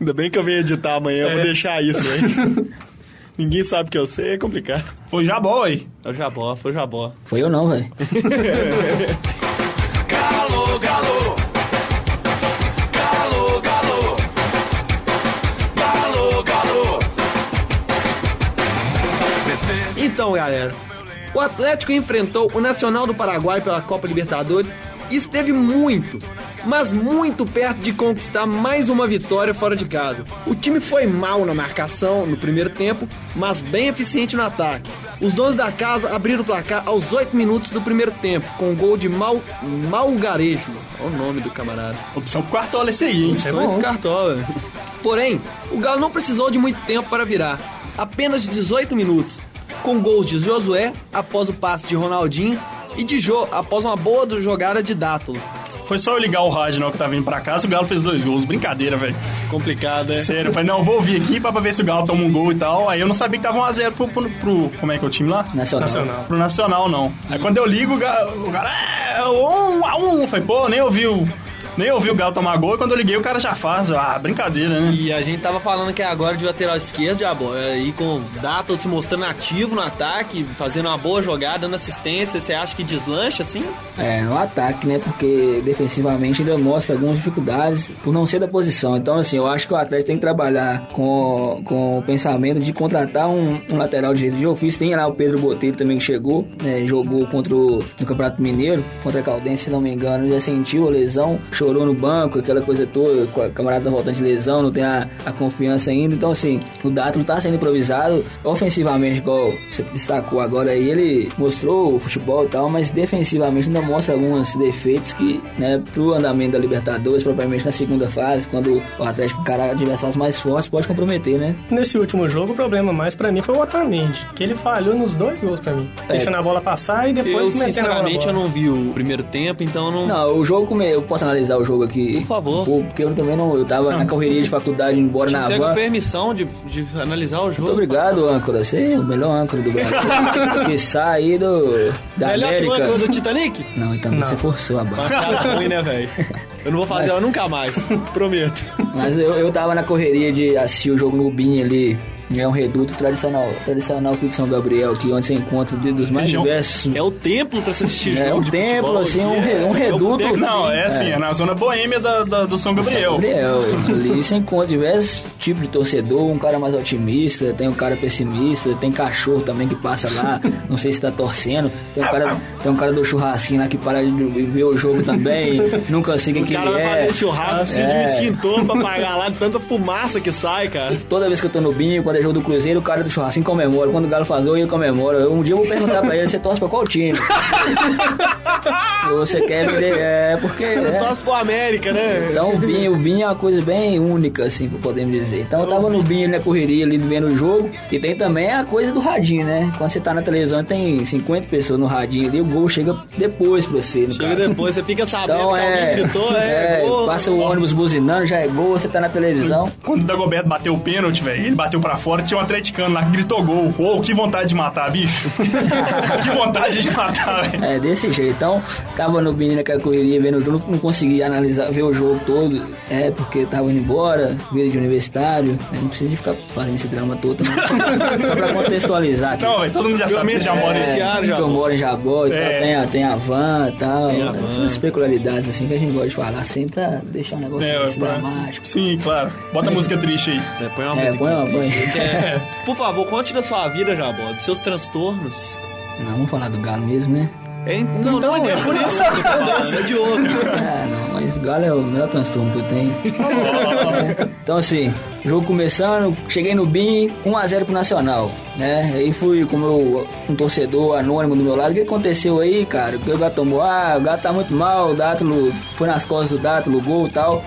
[SPEAKER 1] Ainda bem que eu venho editar amanhã, eu vou
[SPEAKER 4] É.
[SPEAKER 1] deixar isso, hein? Ninguém sabe que eu sei, é complicado.
[SPEAKER 2] Foi jabó aí.
[SPEAKER 1] É o Jabó, foi o Jabó.
[SPEAKER 3] Foi eu não, velho.
[SPEAKER 6] Galo, galo, galo, galo, galo, galo.
[SPEAKER 1] Então, galera, o Atlético enfrentou o Nacional do Paraguai pela Copa Libertadores e esteve muito, mas muito perto de conquistar mais uma vitória fora de casa. O time foi mal na marcação no primeiro tempo, mas bem eficiente no ataque. Os donos da casa abriram o placar aos 8 minutos do primeiro tempo, com o gol de Mal Malgarejo. Olha o nome do camarada.
[SPEAKER 2] Opção pro quartola esse aí, hein?
[SPEAKER 1] Sonhos do É Cartola. Porém, o Galo não precisou de muito tempo para virar. Apenas de 18 minutos. Com gols de Josué, após o passe de Ronaldinho, e de Jô, após uma boa do- jogada de Dátulo.
[SPEAKER 2] Foi só eu ligar o rádio na hora que eu tava vindo pra casa, o Galo fez dois gols. Brincadeira, velho.
[SPEAKER 1] Complicado, né?
[SPEAKER 2] Sério, eu falei, não, vou ouvir aqui pra pra ver se o Galo toma um gol e tal. Aí eu não sabia que tava 1x0 pro, pro, pro- Como é que é o time lá?
[SPEAKER 3] Nacional.
[SPEAKER 4] Nacional.
[SPEAKER 2] Pro Nacional, não. Aí quando eu ligo, o Galo. O cara, é, um a um. Eu falei, pô, nem ouviu. Nem ouvi o Galo tomar gol. E quando eu liguei, o cara já faz. Ah, brincadeira, né?
[SPEAKER 1] E a gente tava falando que agora de lateral esquerdo, já, bo- aí com o Dátulo se mostrando ativo no ataque, fazendo uma boa jogada, dando assistência, você acha que deslancha assim?
[SPEAKER 3] É, no ataque, né? Porque defensivamente ainda mostra algumas dificuldades por não ser da posição. Então, assim, eu acho que o Atlético tem que trabalhar com, com o pensamento de contratar um, um lateral direito de ofício. Tem lá o Pedro Botelho também que chegou, né, jogou contra o no Campeonato Mineiro, contra a Caldense, se não me engano. Já sentiu a lesão, chorou no banco, aquela coisa toda. com a Camarada voltando de lesão, não tem a, a confiança ainda. Então, assim, o Dátulo tá sendo improvisado ofensivamente, igual você destacou agora. aí, Ele mostrou o futebol e tal, mas defensivamente ainda mostra alguns defeitos que, né, pro andamento da Libertadores, propriamente na segunda fase, quando o Atlético encarar adversários mais fortes, pode comprometer, né?
[SPEAKER 4] Nesse último jogo, o problema mais pra mim foi o Otamendi, que ele falhou nos dois gols pra mim.
[SPEAKER 3] É.
[SPEAKER 4] Deixando a bola passar e
[SPEAKER 1] Eu,
[SPEAKER 4] depois metendo a bola.
[SPEAKER 1] sinceramente, eu não vi o primeiro tempo, então eu não...
[SPEAKER 3] Não, o jogo, como é- eu posso analisar o jogo aqui?
[SPEAKER 1] Por favor.
[SPEAKER 3] Pô, porque eu também não, eu tava na correria de faculdade, indo embora na
[SPEAKER 1] Você
[SPEAKER 3] van.
[SPEAKER 1] tem permissão de, de analisar o jogo.
[SPEAKER 3] Muito obrigado, âncora. Você é o melhor âncora do Brasil. que sai do, da
[SPEAKER 1] Melhor que o
[SPEAKER 3] América.
[SPEAKER 1] âncora do Titanic?
[SPEAKER 3] Não, então
[SPEAKER 4] Não.
[SPEAKER 3] você forçou a barra.
[SPEAKER 1] Cara ruim, né, velho? Eu não vou fazer ela nunca mais, prometo.
[SPEAKER 3] Mas eu, eu tava na correria de assistir o jogo no Bin ali. É um reduto tradicional, tradicional aqui de São Gabriel, aqui onde você encontra de- dos mais
[SPEAKER 2] Região-
[SPEAKER 3] diversos.
[SPEAKER 1] É o templo pra você assistir
[SPEAKER 3] É
[SPEAKER 1] jogo
[SPEAKER 3] um
[SPEAKER 1] de
[SPEAKER 3] templo,
[SPEAKER 1] futebol
[SPEAKER 3] assim,
[SPEAKER 1] aqui,
[SPEAKER 3] um re-
[SPEAKER 1] é- é
[SPEAKER 3] um
[SPEAKER 1] o
[SPEAKER 3] reduto.
[SPEAKER 1] templo.
[SPEAKER 2] Não, é assim, é, na zona boêmia da, da- do São Gabriel.
[SPEAKER 3] Gabriel, ali você encontra é diversos tipos de torcedor, um cara mais otimista, tem um cara pessimista, tem cachorro também que passa lá, não sei se tá torcendo, tem um cara, tem um cara do churrasquinho lá que para de ver o jogo também, nunca sei quem
[SPEAKER 1] O
[SPEAKER 3] que
[SPEAKER 1] cara vai
[SPEAKER 3] ele é.
[SPEAKER 1] fazer churrasco, precisa de um
[SPEAKER 3] É.
[SPEAKER 1] extintor pra apagar lá de tanta fumaça que sai, cara.
[SPEAKER 3] Toda vez que eu tô no binho, quando é jogo do Cruzeiro, o cara do churrasquinho comemora. Quando o Galo faz gol, ele comemora. Eu- Um dia eu vou perguntar pra ele, você torce pra qual time? você quer me... de- É, porque...
[SPEAKER 1] Eu
[SPEAKER 3] É.
[SPEAKER 1] Torce pro América, né?
[SPEAKER 3] Então o Binho, o Binho é uma coisa bem única, assim, podemos dizer. Então eu tava no Binho, na correria ali, vendo o jogo. E tem também a coisa do radinho, né? Quando você tá na televisão, tem 50 pessoas no radinho ali, o gol chega depois pra você, no
[SPEAKER 1] Chega
[SPEAKER 3] caso.
[SPEAKER 1] depois, você fica sabendo
[SPEAKER 3] Então
[SPEAKER 1] que
[SPEAKER 3] é,
[SPEAKER 1] alguém gritou, é,
[SPEAKER 3] é,
[SPEAKER 1] gol.
[SPEAKER 3] passa o ônibus buzinando, já é gol, você tá na televisão.
[SPEAKER 2] Quando o Dagoberto bateu o pênalti, velho, ele bateu pra fora, tinha um atleticano lá que gritou gol. Uou, que vontade de matar, bicho. que vontade de matar, velho.
[SPEAKER 3] É, desse jeito. Então, tava no menino que a correria vendo o jogo, não consegui analisar, ver o jogo todo, é, porque tava indo embora, vida de universitário, né? não precisa de ficar fazendo esse drama todo, não. Só pra contextualizar aqui.
[SPEAKER 2] Não, velho, todo mundo já sabe que ele já mora
[SPEAKER 1] Diário,
[SPEAKER 2] em...
[SPEAKER 3] É, que eu
[SPEAKER 1] Jabó.
[SPEAKER 3] moro em Jabó e
[SPEAKER 2] É.
[SPEAKER 3] tal, tem, a- tem a van e tal.
[SPEAKER 1] a van.
[SPEAKER 3] Essas peculiaridades assim que a gente gosta de falar, sempre pra deixar o negócio
[SPEAKER 2] É,
[SPEAKER 3] mais
[SPEAKER 2] pra-
[SPEAKER 3] dramático.
[SPEAKER 2] Sim, claro. Bota a música triste aí.
[SPEAKER 1] É, põe uma
[SPEAKER 3] É,
[SPEAKER 1] música.
[SPEAKER 3] põe uma põe.
[SPEAKER 1] É. Por favor, conte da sua vida, Jabó, dos seus transtornos.
[SPEAKER 3] Não, vamos falar do Galo mesmo, né?
[SPEAKER 1] É, não, não, é por isso. É de outro.
[SPEAKER 3] Ah, não, mas Galo é o melhor transtorno que eu tenho. então, assim, jogo começando, cheguei no BIM, 1x0 pro Nacional, né? Aí fui com meu, um torcedor anônimo do meu lado. O que aconteceu aí, cara? Porque o gato tomou, ah, o gato tá muito mal, o Dátulo foi nas costas do Dátulo, gol e tal.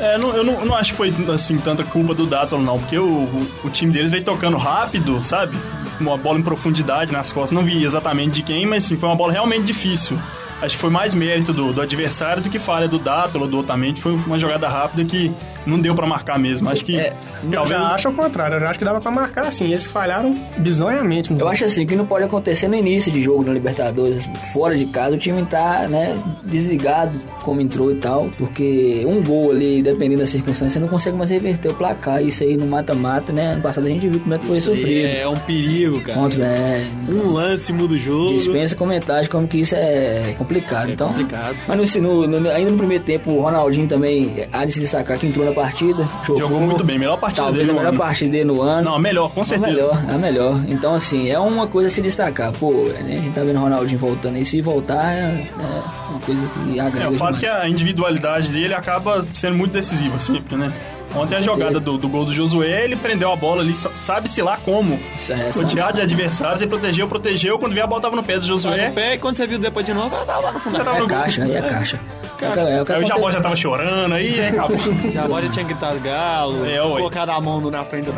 [SPEAKER 2] É, não- eu não, não acho que foi assim tanta culpa do Datton, não, porque o, o, o time deles veio tocando rápido, sabe? Uma bola em profundidade nas costas. Não vi exatamente de quem, mas sim, foi uma bola realmente difícil. Acho que foi mais mérito do, do adversário do que falha do Datton ou do Otamendi. Foi uma jogada rápida que não deu pra marcar mesmo. Acho que
[SPEAKER 4] Eu
[SPEAKER 2] talvez.
[SPEAKER 4] já acho o contrário, eu já acho que dava pra marcar assim. Eles falharam bizonhamente. mano.
[SPEAKER 3] Eu acho assim, que não pode acontecer no início de jogo na Libertadores, fora de casa, o time tá, né, desligado como entrou e tal, porque um gol ali, dependendo da circunstância, você não consegue mais reverter o placar, isso aí no mata-mata, né, ano passado a gente viu como é que foi sofrido.
[SPEAKER 1] É, é um perigo, cara.
[SPEAKER 3] Contra, é,
[SPEAKER 1] Um lance muda o jogo.
[SPEAKER 3] dispensa comentários como que isso é complicado. então,
[SPEAKER 1] complicado.
[SPEAKER 3] Mas no, si- no, no- ainda no primeiro tempo, o Ronaldinho também há de se destacar que entrou na partida. Jogou,
[SPEAKER 2] Jogou muito bem, melhor partida
[SPEAKER 3] Talvez
[SPEAKER 2] dele
[SPEAKER 3] a
[SPEAKER 2] no
[SPEAKER 3] melhor
[SPEAKER 2] ano.
[SPEAKER 3] partida dele no ano.
[SPEAKER 2] Não, a melhor, com
[SPEAKER 3] É
[SPEAKER 2] certeza.
[SPEAKER 3] melhor, é melhor. Então, assim, é uma coisa a se destacar. Pô, né, a gente tá vendo o Ronaldinho voltando aí. Se voltar, é, é uma coisa que agrega
[SPEAKER 2] É, o
[SPEAKER 3] demais.
[SPEAKER 2] fato é que a individualidade dele acaba sendo muito decisiva sempre, né? Ontem a jogada do, do gol do Josué, ele prendeu a bola ali, sa- sabe-se lá como.
[SPEAKER 3] Isso é, sabe?
[SPEAKER 2] Rodeado de adversários, ele protegeu, protegeu. Quando viu a bola tava no pé do
[SPEAKER 1] Tá
[SPEAKER 2] Josué,
[SPEAKER 1] no pé, e quando você viu depois de novo, ela tava lá no
[SPEAKER 2] já
[SPEAKER 1] fundo.
[SPEAKER 2] tava
[SPEAKER 3] É
[SPEAKER 2] no gol.
[SPEAKER 3] caixa, aí é caixa. É, é, o que
[SPEAKER 2] Aí o Jabó
[SPEAKER 3] acontece-
[SPEAKER 2] já tava chorando aí, aí acabou.
[SPEAKER 1] Já agora já tinha gritado galo,
[SPEAKER 2] É, oi.
[SPEAKER 1] colocado a mão no- na frente do...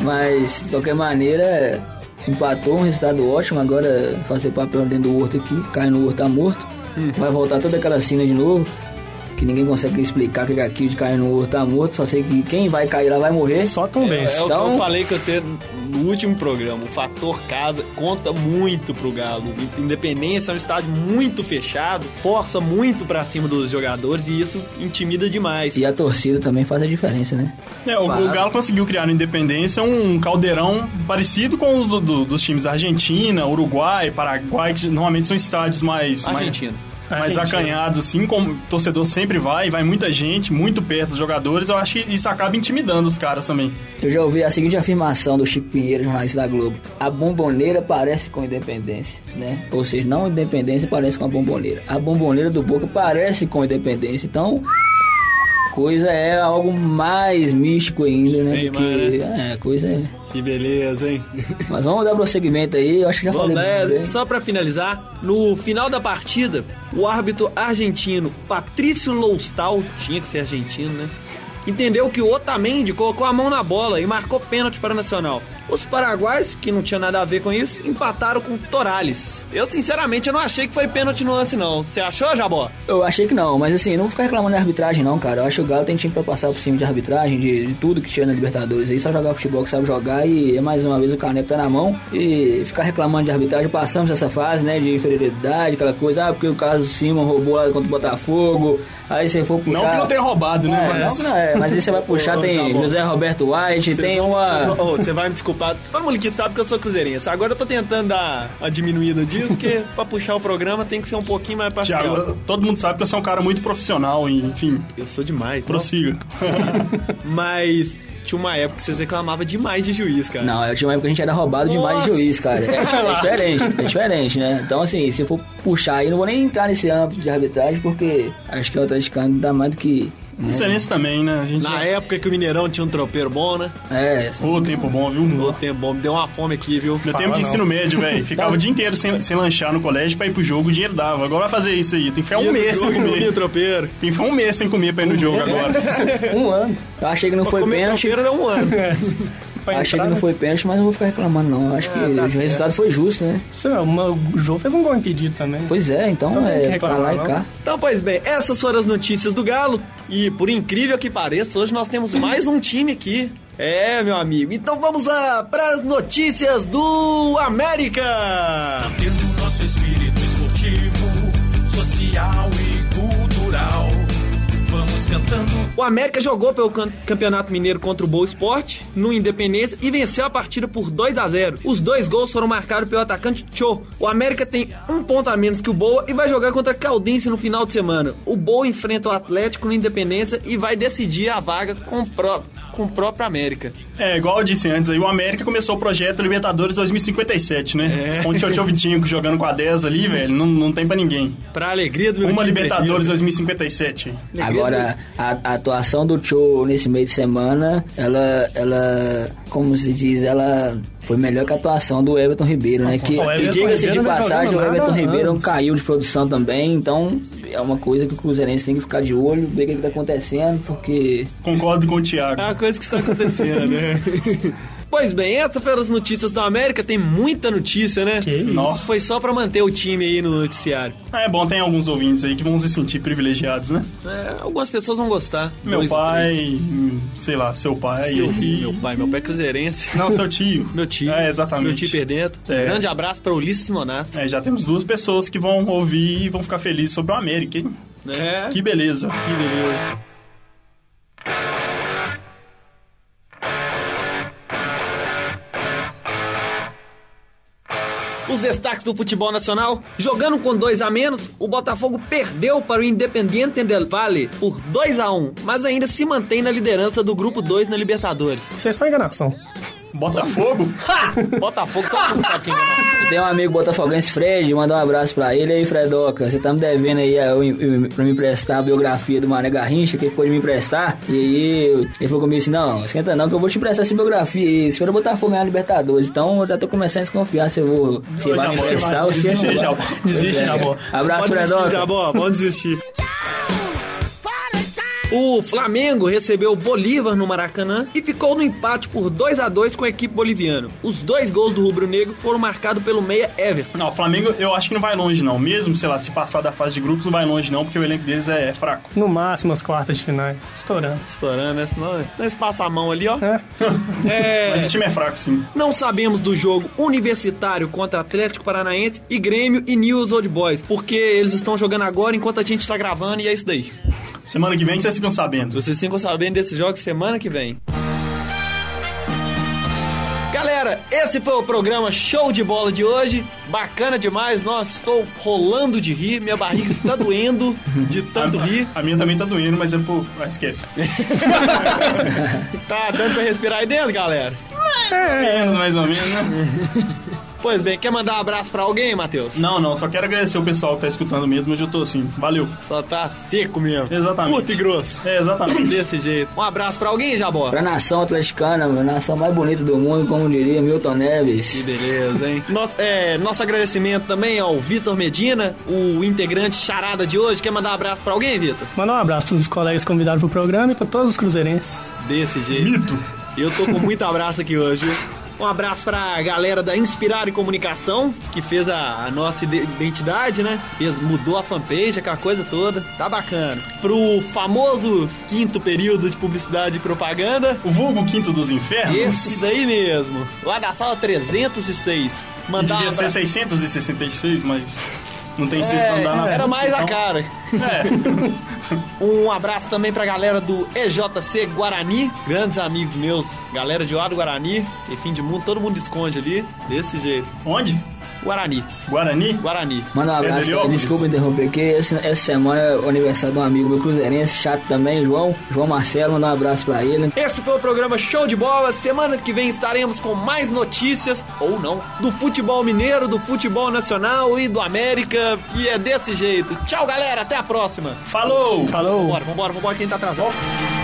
[SPEAKER 3] Mas, de qualquer maneira, empatou um resultado ótimo. Agora, fazer papel dentro do horto aqui, cai no horto, tá morto.
[SPEAKER 2] Hum.
[SPEAKER 3] Vai voltar toda aquela cena de novo. Que ninguém consegue explicar o que é aquilo de cair no horto, tá morto. Só sei que quem vai cair lá vai morrer.
[SPEAKER 4] Só tão bem.
[SPEAKER 1] É o que
[SPEAKER 3] Então-
[SPEAKER 1] eu falei com você no último programa. O fator casa conta muito pro Galo. Independência é um estádio muito fechado, força muito pra cima dos jogadores e isso intimida demais.
[SPEAKER 3] E a torcida também faz a diferença, né?
[SPEAKER 2] É, o, o Galo conseguiu criar na Independência um caldeirão parecido com os do- do- dos times da Argentina, Uruguai, Paraguai, que normalmente são estádios mais... mais-
[SPEAKER 1] Argentina.
[SPEAKER 2] Mais
[SPEAKER 4] Argentina.
[SPEAKER 2] acanhados, assim, como o torcedor sempre vai, vai muita gente, muito perto dos jogadores, eu acho que isso acaba intimidando os caras também.
[SPEAKER 3] Eu já ouvi a seguinte afirmação do Chico Pinheiro, jornalista da Globo. A bomboneira parece com independência, né? Ou seja, não independência parece com a bomboneira. A bomboneira do Boca parece com independência. Então, coisa é algo mais místico ainda, né?
[SPEAKER 1] Bem
[SPEAKER 3] do
[SPEAKER 1] mais,
[SPEAKER 3] que, é, coisa é.
[SPEAKER 1] Que beleza, hein?
[SPEAKER 3] Mas vamos dar prosseguimento aí. Eu acho que já
[SPEAKER 1] Bom,
[SPEAKER 3] falei.
[SPEAKER 1] né,
[SPEAKER 3] muito, né?
[SPEAKER 1] só pra finalizar, no final da partida, o árbitro argentino Patrício Loustal, tinha que ser argentino, né? Entendeu que o Otamendi colocou a mão na bola e marcou pênalti para o Nacional. Os paraguaios, que não tinha nada a ver com isso, empataram com o Torales. Eu, sinceramente, eu não achei que foi pênalti no lance, não. Você achou, Jabó?
[SPEAKER 3] Eu achei que não, mas assim, não vou ficar reclamando de arbitragem não, cara. Eu acho que o Galo tem time pra passar por cima de arbitragem, de, de tudo que tinha na Libertadores. Aí só jogar futebol que sabe jogar e é mais uma vez o caneco tá na mão. E ficar reclamando de arbitragem, passamos essa fase, né, de inferioridade, aquela coisa. Ah, porque o caso Simon roubou lá contra o Botafogo. Aí você for puxar...
[SPEAKER 2] Não que não tenha roubado, né?
[SPEAKER 3] É, não
[SPEAKER 2] mas...
[SPEAKER 3] que não, é, mas aí você vai puxar,
[SPEAKER 1] Ô,
[SPEAKER 3] tem
[SPEAKER 1] Jabó.
[SPEAKER 3] José Roberto White, tem uma...
[SPEAKER 1] Vocês vão- Ô, Você vai me desculpar. Todo mundo que sabe que eu sou cruzeirense. Agora eu tô tentando dar uma diminuída disso, porque pra puxar o programa tem que ser um pouquinho mais parcial.
[SPEAKER 2] Thiago, todo mundo sabe que você é um cara muito profissional, e, enfim,
[SPEAKER 1] Eu sou demais. não?
[SPEAKER 2] prossiga.
[SPEAKER 3] É.
[SPEAKER 1] Mas tinha uma época que vocês reclamavam demais de juiz, cara.
[SPEAKER 3] Não, eu tinha uma época que a gente era roubado demais de
[SPEAKER 1] Nossa.
[SPEAKER 3] juiz, cara. É, diferente, é diferente, né? Então, assim, se eu for puxar aí, não vou nem entrar nesse âmbito de arbitragem, porque acho que é o atleticano dá mais do que. né?
[SPEAKER 2] Excelência também, né? A gente...
[SPEAKER 1] Na época que o Mineirão tinha um tropeiro bom, né?
[SPEAKER 3] É, assim,
[SPEAKER 2] Ô, tempo bom, viu?
[SPEAKER 1] Ô, tempo bom, me deu uma fome aqui, viu?
[SPEAKER 2] Meu tempo
[SPEAKER 4] não.
[SPEAKER 2] de ensino médio, velho. Ficava o dia inteiro sem, sem lanchar no colégio pra ir pro jogo, o dinheiro dava. Agora vai fazer isso aí. Tem que ficar um
[SPEAKER 1] Ia no
[SPEAKER 2] mês sem
[SPEAKER 1] jogo, ia no
[SPEAKER 2] comer.
[SPEAKER 1] tropeiro.
[SPEAKER 2] Tem que ficar um mês sem comer pra ir no jogo agora.
[SPEAKER 3] É,
[SPEAKER 4] Um ano.
[SPEAKER 3] eu achei que não foi
[SPEAKER 1] Comer
[SPEAKER 3] pênalti.
[SPEAKER 1] tropeiro deu um ano.
[SPEAKER 4] pra
[SPEAKER 3] Achei
[SPEAKER 4] entrar, É, tá
[SPEAKER 3] que não
[SPEAKER 4] né?
[SPEAKER 3] foi pênalti, mas não vou ficar reclamando, não. Acho que o resultado foi justo, né?
[SPEAKER 4] Sei lá, uma- o Jô fez um gol impedido também.
[SPEAKER 3] Pois é, então,
[SPEAKER 4] Então não tem que
[SPEAKER 3] é pra lá
[SPEAKER 4] reclamar,
[SPEAKER 3] e
[SPEAKER 4] não.
[SPEAKER 3] cá.
[SPEAKER 1] Então, pois bem, essas foram as notícias do Galo. E por incrível que pareça, hoje nós temos mais um time aqui. É, meu amigo. Então vamos lá para as notícias do América.
[SPEAKER 6] Tendo nosso espírito esportivo, social e cultural. Vamos
[SPEAKER 8] cantando.
[SPEAKER 1] O América jogou pelo can- Campeonato Mineiro contra o Boa Esporte no Independência e venceu a partida por 2 a 0. Os dois gols foram marcados pelo atacante Cho. O América tem um ponto a menos que o Boa e vai jogar contra a Caldense no final de semana. O Boa enfrenta o Atlético no Independência e vai decidir a vaga com o, pró- com o próprio América.
[SPEAKER 2] É, igual eu disse antes aí, o América começou o projeto Libertadores 2057,
[SPEAKER 1] É.
[SPEAKER 2] né? Onde tinha o Tiovitinho jogando com a 10 ali, velho, não, não tem pra ninguém.
[SPEAKER 1] Pra alegria do meu
[SPEAKER 2] Uma
[SPEAKER 1] time né?
[SPEAKER 2] Libertadores
[SPEAKER 1] perdido.
[SPEAKER 2] 2057.
[SPEAKER 1] Alegria
[SPEAKER 3] Agora, a, a atuação do Cho nesse meio de semana, ela, ela, como se diz, ela foi melhor que a atuação do Everton Ribeiro, né? Que,
[SPEAKER 4] pô, o
[SPEAKER 3] e
[SPEAKER 4] Everton
[SPEAKER 3] diga-se de
[SPEAKER 4] Ribeiro não tá
[SPEAKER 3] passagem, o
[SPEAKER 4] jogando
[SPEAKER 3] Everton
[SPEAKER 4] nada,
[SPEAKER 3] Ribeiro
[SPEAKER 4] não.
[SPEAKER 3] caiu de produção também, então é uma coisa que o Cruzeirense tem que ficar de olho, ver o que, que tá acontecendo, porque
[SPEAKER 2] Concordo com o Thiago.
[SPEAKER 1] É uma coisa que está acontecendo, né? Pois bem, essa pelas notícias da América, tem muita notícia, né?
[SPEAKER 4] Que isso.
[SPEAKER 2] Nossa.
[SPEAKER 1] Foi só pra manter o time aí no noticiário.
[SPEAKER 2] Ah, é bom, tem alguns ouvintes aí que vão se sentir privilegiados, né?
[SPEAKER 1] É, algumas pessoas vão gostar.
[SPEAKER 2] Meu
[SPEAKER 1] Dois ou
[SPEAKER 2] pai,
[SPEAKER 1] três.
[SPEAKER 2] hum, sei lá, seu pai.
[SPEAKER 1] Seu-
[SPEAKER 2] e-
[SPEAKER 1] meu pai, meu pai é cruzeirense.
[SPEAKER 2] Não, seu tio.
[SPEAKER 1] Meu tio.
[SPEAKER 2] É, exatamente.
[SPEAKER 1] Meu tio perdento.
[SPEAKER 2] É.
[SPEAKER 1] Grande abraço pra Ulisses Monato.
[SPEAKER 2] É, já temos duas pessoas que vão ouvir e vão ficar felizes sobre o América, hein?
[SPEAKER 1] É.
[SPEAKER 2] Que beleza.
[SPEAKER 1] que beleza. Os destaques do futebol nacional. Jogando com dois a menos, o Botafogo perdeu para o Independiente del Valle por 2 a 1 mas ainda se mantém na liderança do grupo 2 na Libertadores.
[SPEAKER 4] Isso é só enganação.
[SPEAKER 2] Botafogo?
[SPEAKER 1] Botafogo todo mundo sabe quem é.
[SPEAKER 3] Eu tenho um amigo botafoguense, Fred, mandar um abraço pra ele aí, Fredoca. Você tá me devendo aí a- eu- eu- pra me emprestar a biografia do Mané Garrincha, que ele ficou de me emprestar. E aí eu- ele falou comigo assim: não, esquenta não, que eu vou te emprestar essa biografia aí. é Espera eu botar fogo na Libertadores. Então eu já tô começando a desconfiar se eu vou. Se
[SPEAKER 2] Hoje
[SPEAKER 3] vai me
[SPEAKER 2] amor,
[SPEAKER 3] emprestar ou se
[SPEAKER 2] desiste
[SPEAKER 3] não
[SPEAKER 2] aí,
[SPEAKER 3] vai.
[SPEAKER 2] Jabó.
[SPEAKER 4] Desiste, Jabó.
[SPEAKER 3] É. Abraço,
[SPEAKER 1] Pode desistir,
[SPEAKER 3] Fredoca.
[SPEAKER 1] Jabó, pode desistir. O Flamengo recebeu o Bolívar no Maracanã e ficou no empate por 2 a 2 com a equipe boliviana. Os dois gols do Rubro Negro foram marcados pelo meia Everton.
[SPEAKER 2] Não, o Flamengo eu acho que não vai longe, não. Mesmo, sei lá, se passar da fase de grupos, não vai longe, não, porque o elenco deles é fraco.
[SPEAKER 4] No máximo as quartas de finais. Estourando.
[SPEAKER 1] Estourando, né? Senão nós passa a mão ali, ó.
[SPEAKER 4] É.
[SPEAKER 1] É,
[SPEAKER 2] Mas o time é fraco, sim.
[SPEAKER 1] não sabemos do jogo universitário contra Atlético Paranaense e Grêmio e News Old Boys, porque eles estão jogando agora enquanto a gente tá gravando e é isso daí.
[SPEAKER 2] Semana que vem vocês ficam sabendo.
[SPEAKER 1] Vocês ficam sabendo desses jogos semana que vem. Galera, esse foi o programa Show de Bola de hoje. Bacana demais, nós estou rolando de rir, minha barriga está doendo de tanto rir.
[SPEAKER 2] A minha também tá doendo, mas é por. Ah, esquece.
[SPEAKER 1] Tá dando pra respirar aí dentro, galera?
[SPEAKER 2] Menos, É, mais ou menos, né?
[SPEAKER 1] Pois bem, quer mandar um abraço pra alguém, Matheus?
[SPEAKER 2] Não, não, só quero agradecer o pessoal que tá escutando mesmo, hoje eu tô assim. Valeu.
[SPEAKER 1] Só tá seco mesmo.
[SPEAKER 2] Exatamente.
[SPEAKER 1] Curto e grosso.
[SPEAKER 2] É, exatamente.
[SPEAKER 1] Desse jeito. Um abraço pra alguém, Jabó?
[SPEAKER 3] Pra nação atleticana, a nação mais bonita do mundo, como diria Milton
[SPEAKER 1] Que
[SPEAKER 3] Neves.
[SPEAKER 1] beleza, hein? Nosso, é, nosso agradecimento também ao Vitor Medina, o integrante charada de hoje. Quer mandar um abraço pra alguém, Vitor?
[SPEAKER 4] Mandar um abraço para os colegas convidados pro programa e para todos os cruzeirenses.
[SPEAKER 1] Desse jeito. Mito. Eu tô com muito abraço aqui hoje. viu? Um abraço pra galera da Inspirar e Comunicação, que fez a, a nossa ide- identidade, né? Fez- mudou a fanpage, aquela coisa toda. Tá bacana. Pro famoso quinto período de publicidade e propaganda.
[SPEAKER 2] O vulgo quinto dos infernos.
[SPEAKER 1] Esse daí mesmo. Lá da sala 306.
[SPEAKER 2] E
[SPEAKER 1] Mandar um
[SPEAKER 2] devia ser
[SPEAKER 1] abraço.
[SPEAKER 2] 666, mas não tem sexto
[SPEAKER 1] É,
[SPEAKER 2] andar na
[SPEAKER 1] era
[SPEAKER 2] frente,
[SPEAKER 1] mais a
[SPEAKER 2] então-
[SPEAKER 1] cara.
[SPEAKER 2] É,
[SPEAKER 1] Um abraço também pra galera do EJC Guarani, grandes amigos meus, galera de lá do Guarani, que fim de mundo, todo mundo esconde ali, desse jeito.
[SPEAKER 2] é. onde?
[SPEAKER 1] Guarani,
[SPEAKER 2] Guarani?
[SPEAKER 1] Guarani.
[SPEAKER 3] Manda um abraço,
[SPEAKER 2] Pedro Eliópolis.
[SPEAKER 3] desculpa interromper, porque essa, essa semana é o aniversário de um amigo meu cruzeirense, chato também, João. João Marcelo, mandar um abraço pra ele.
[SPEAKER 1] Este foi o programa Show de Bola. Semana que vem estaremos com mais notícias, ou não, do futebol mineiro, do futebol nacional e do América. E é desse jeito. Tchau, galera. Até a próxima.
[SPEAKER 2] Falou!
[SPEAKER 4] Falou!
[SPEAKER 1] Vambora, vambora, vambora. Quem tá atrasado?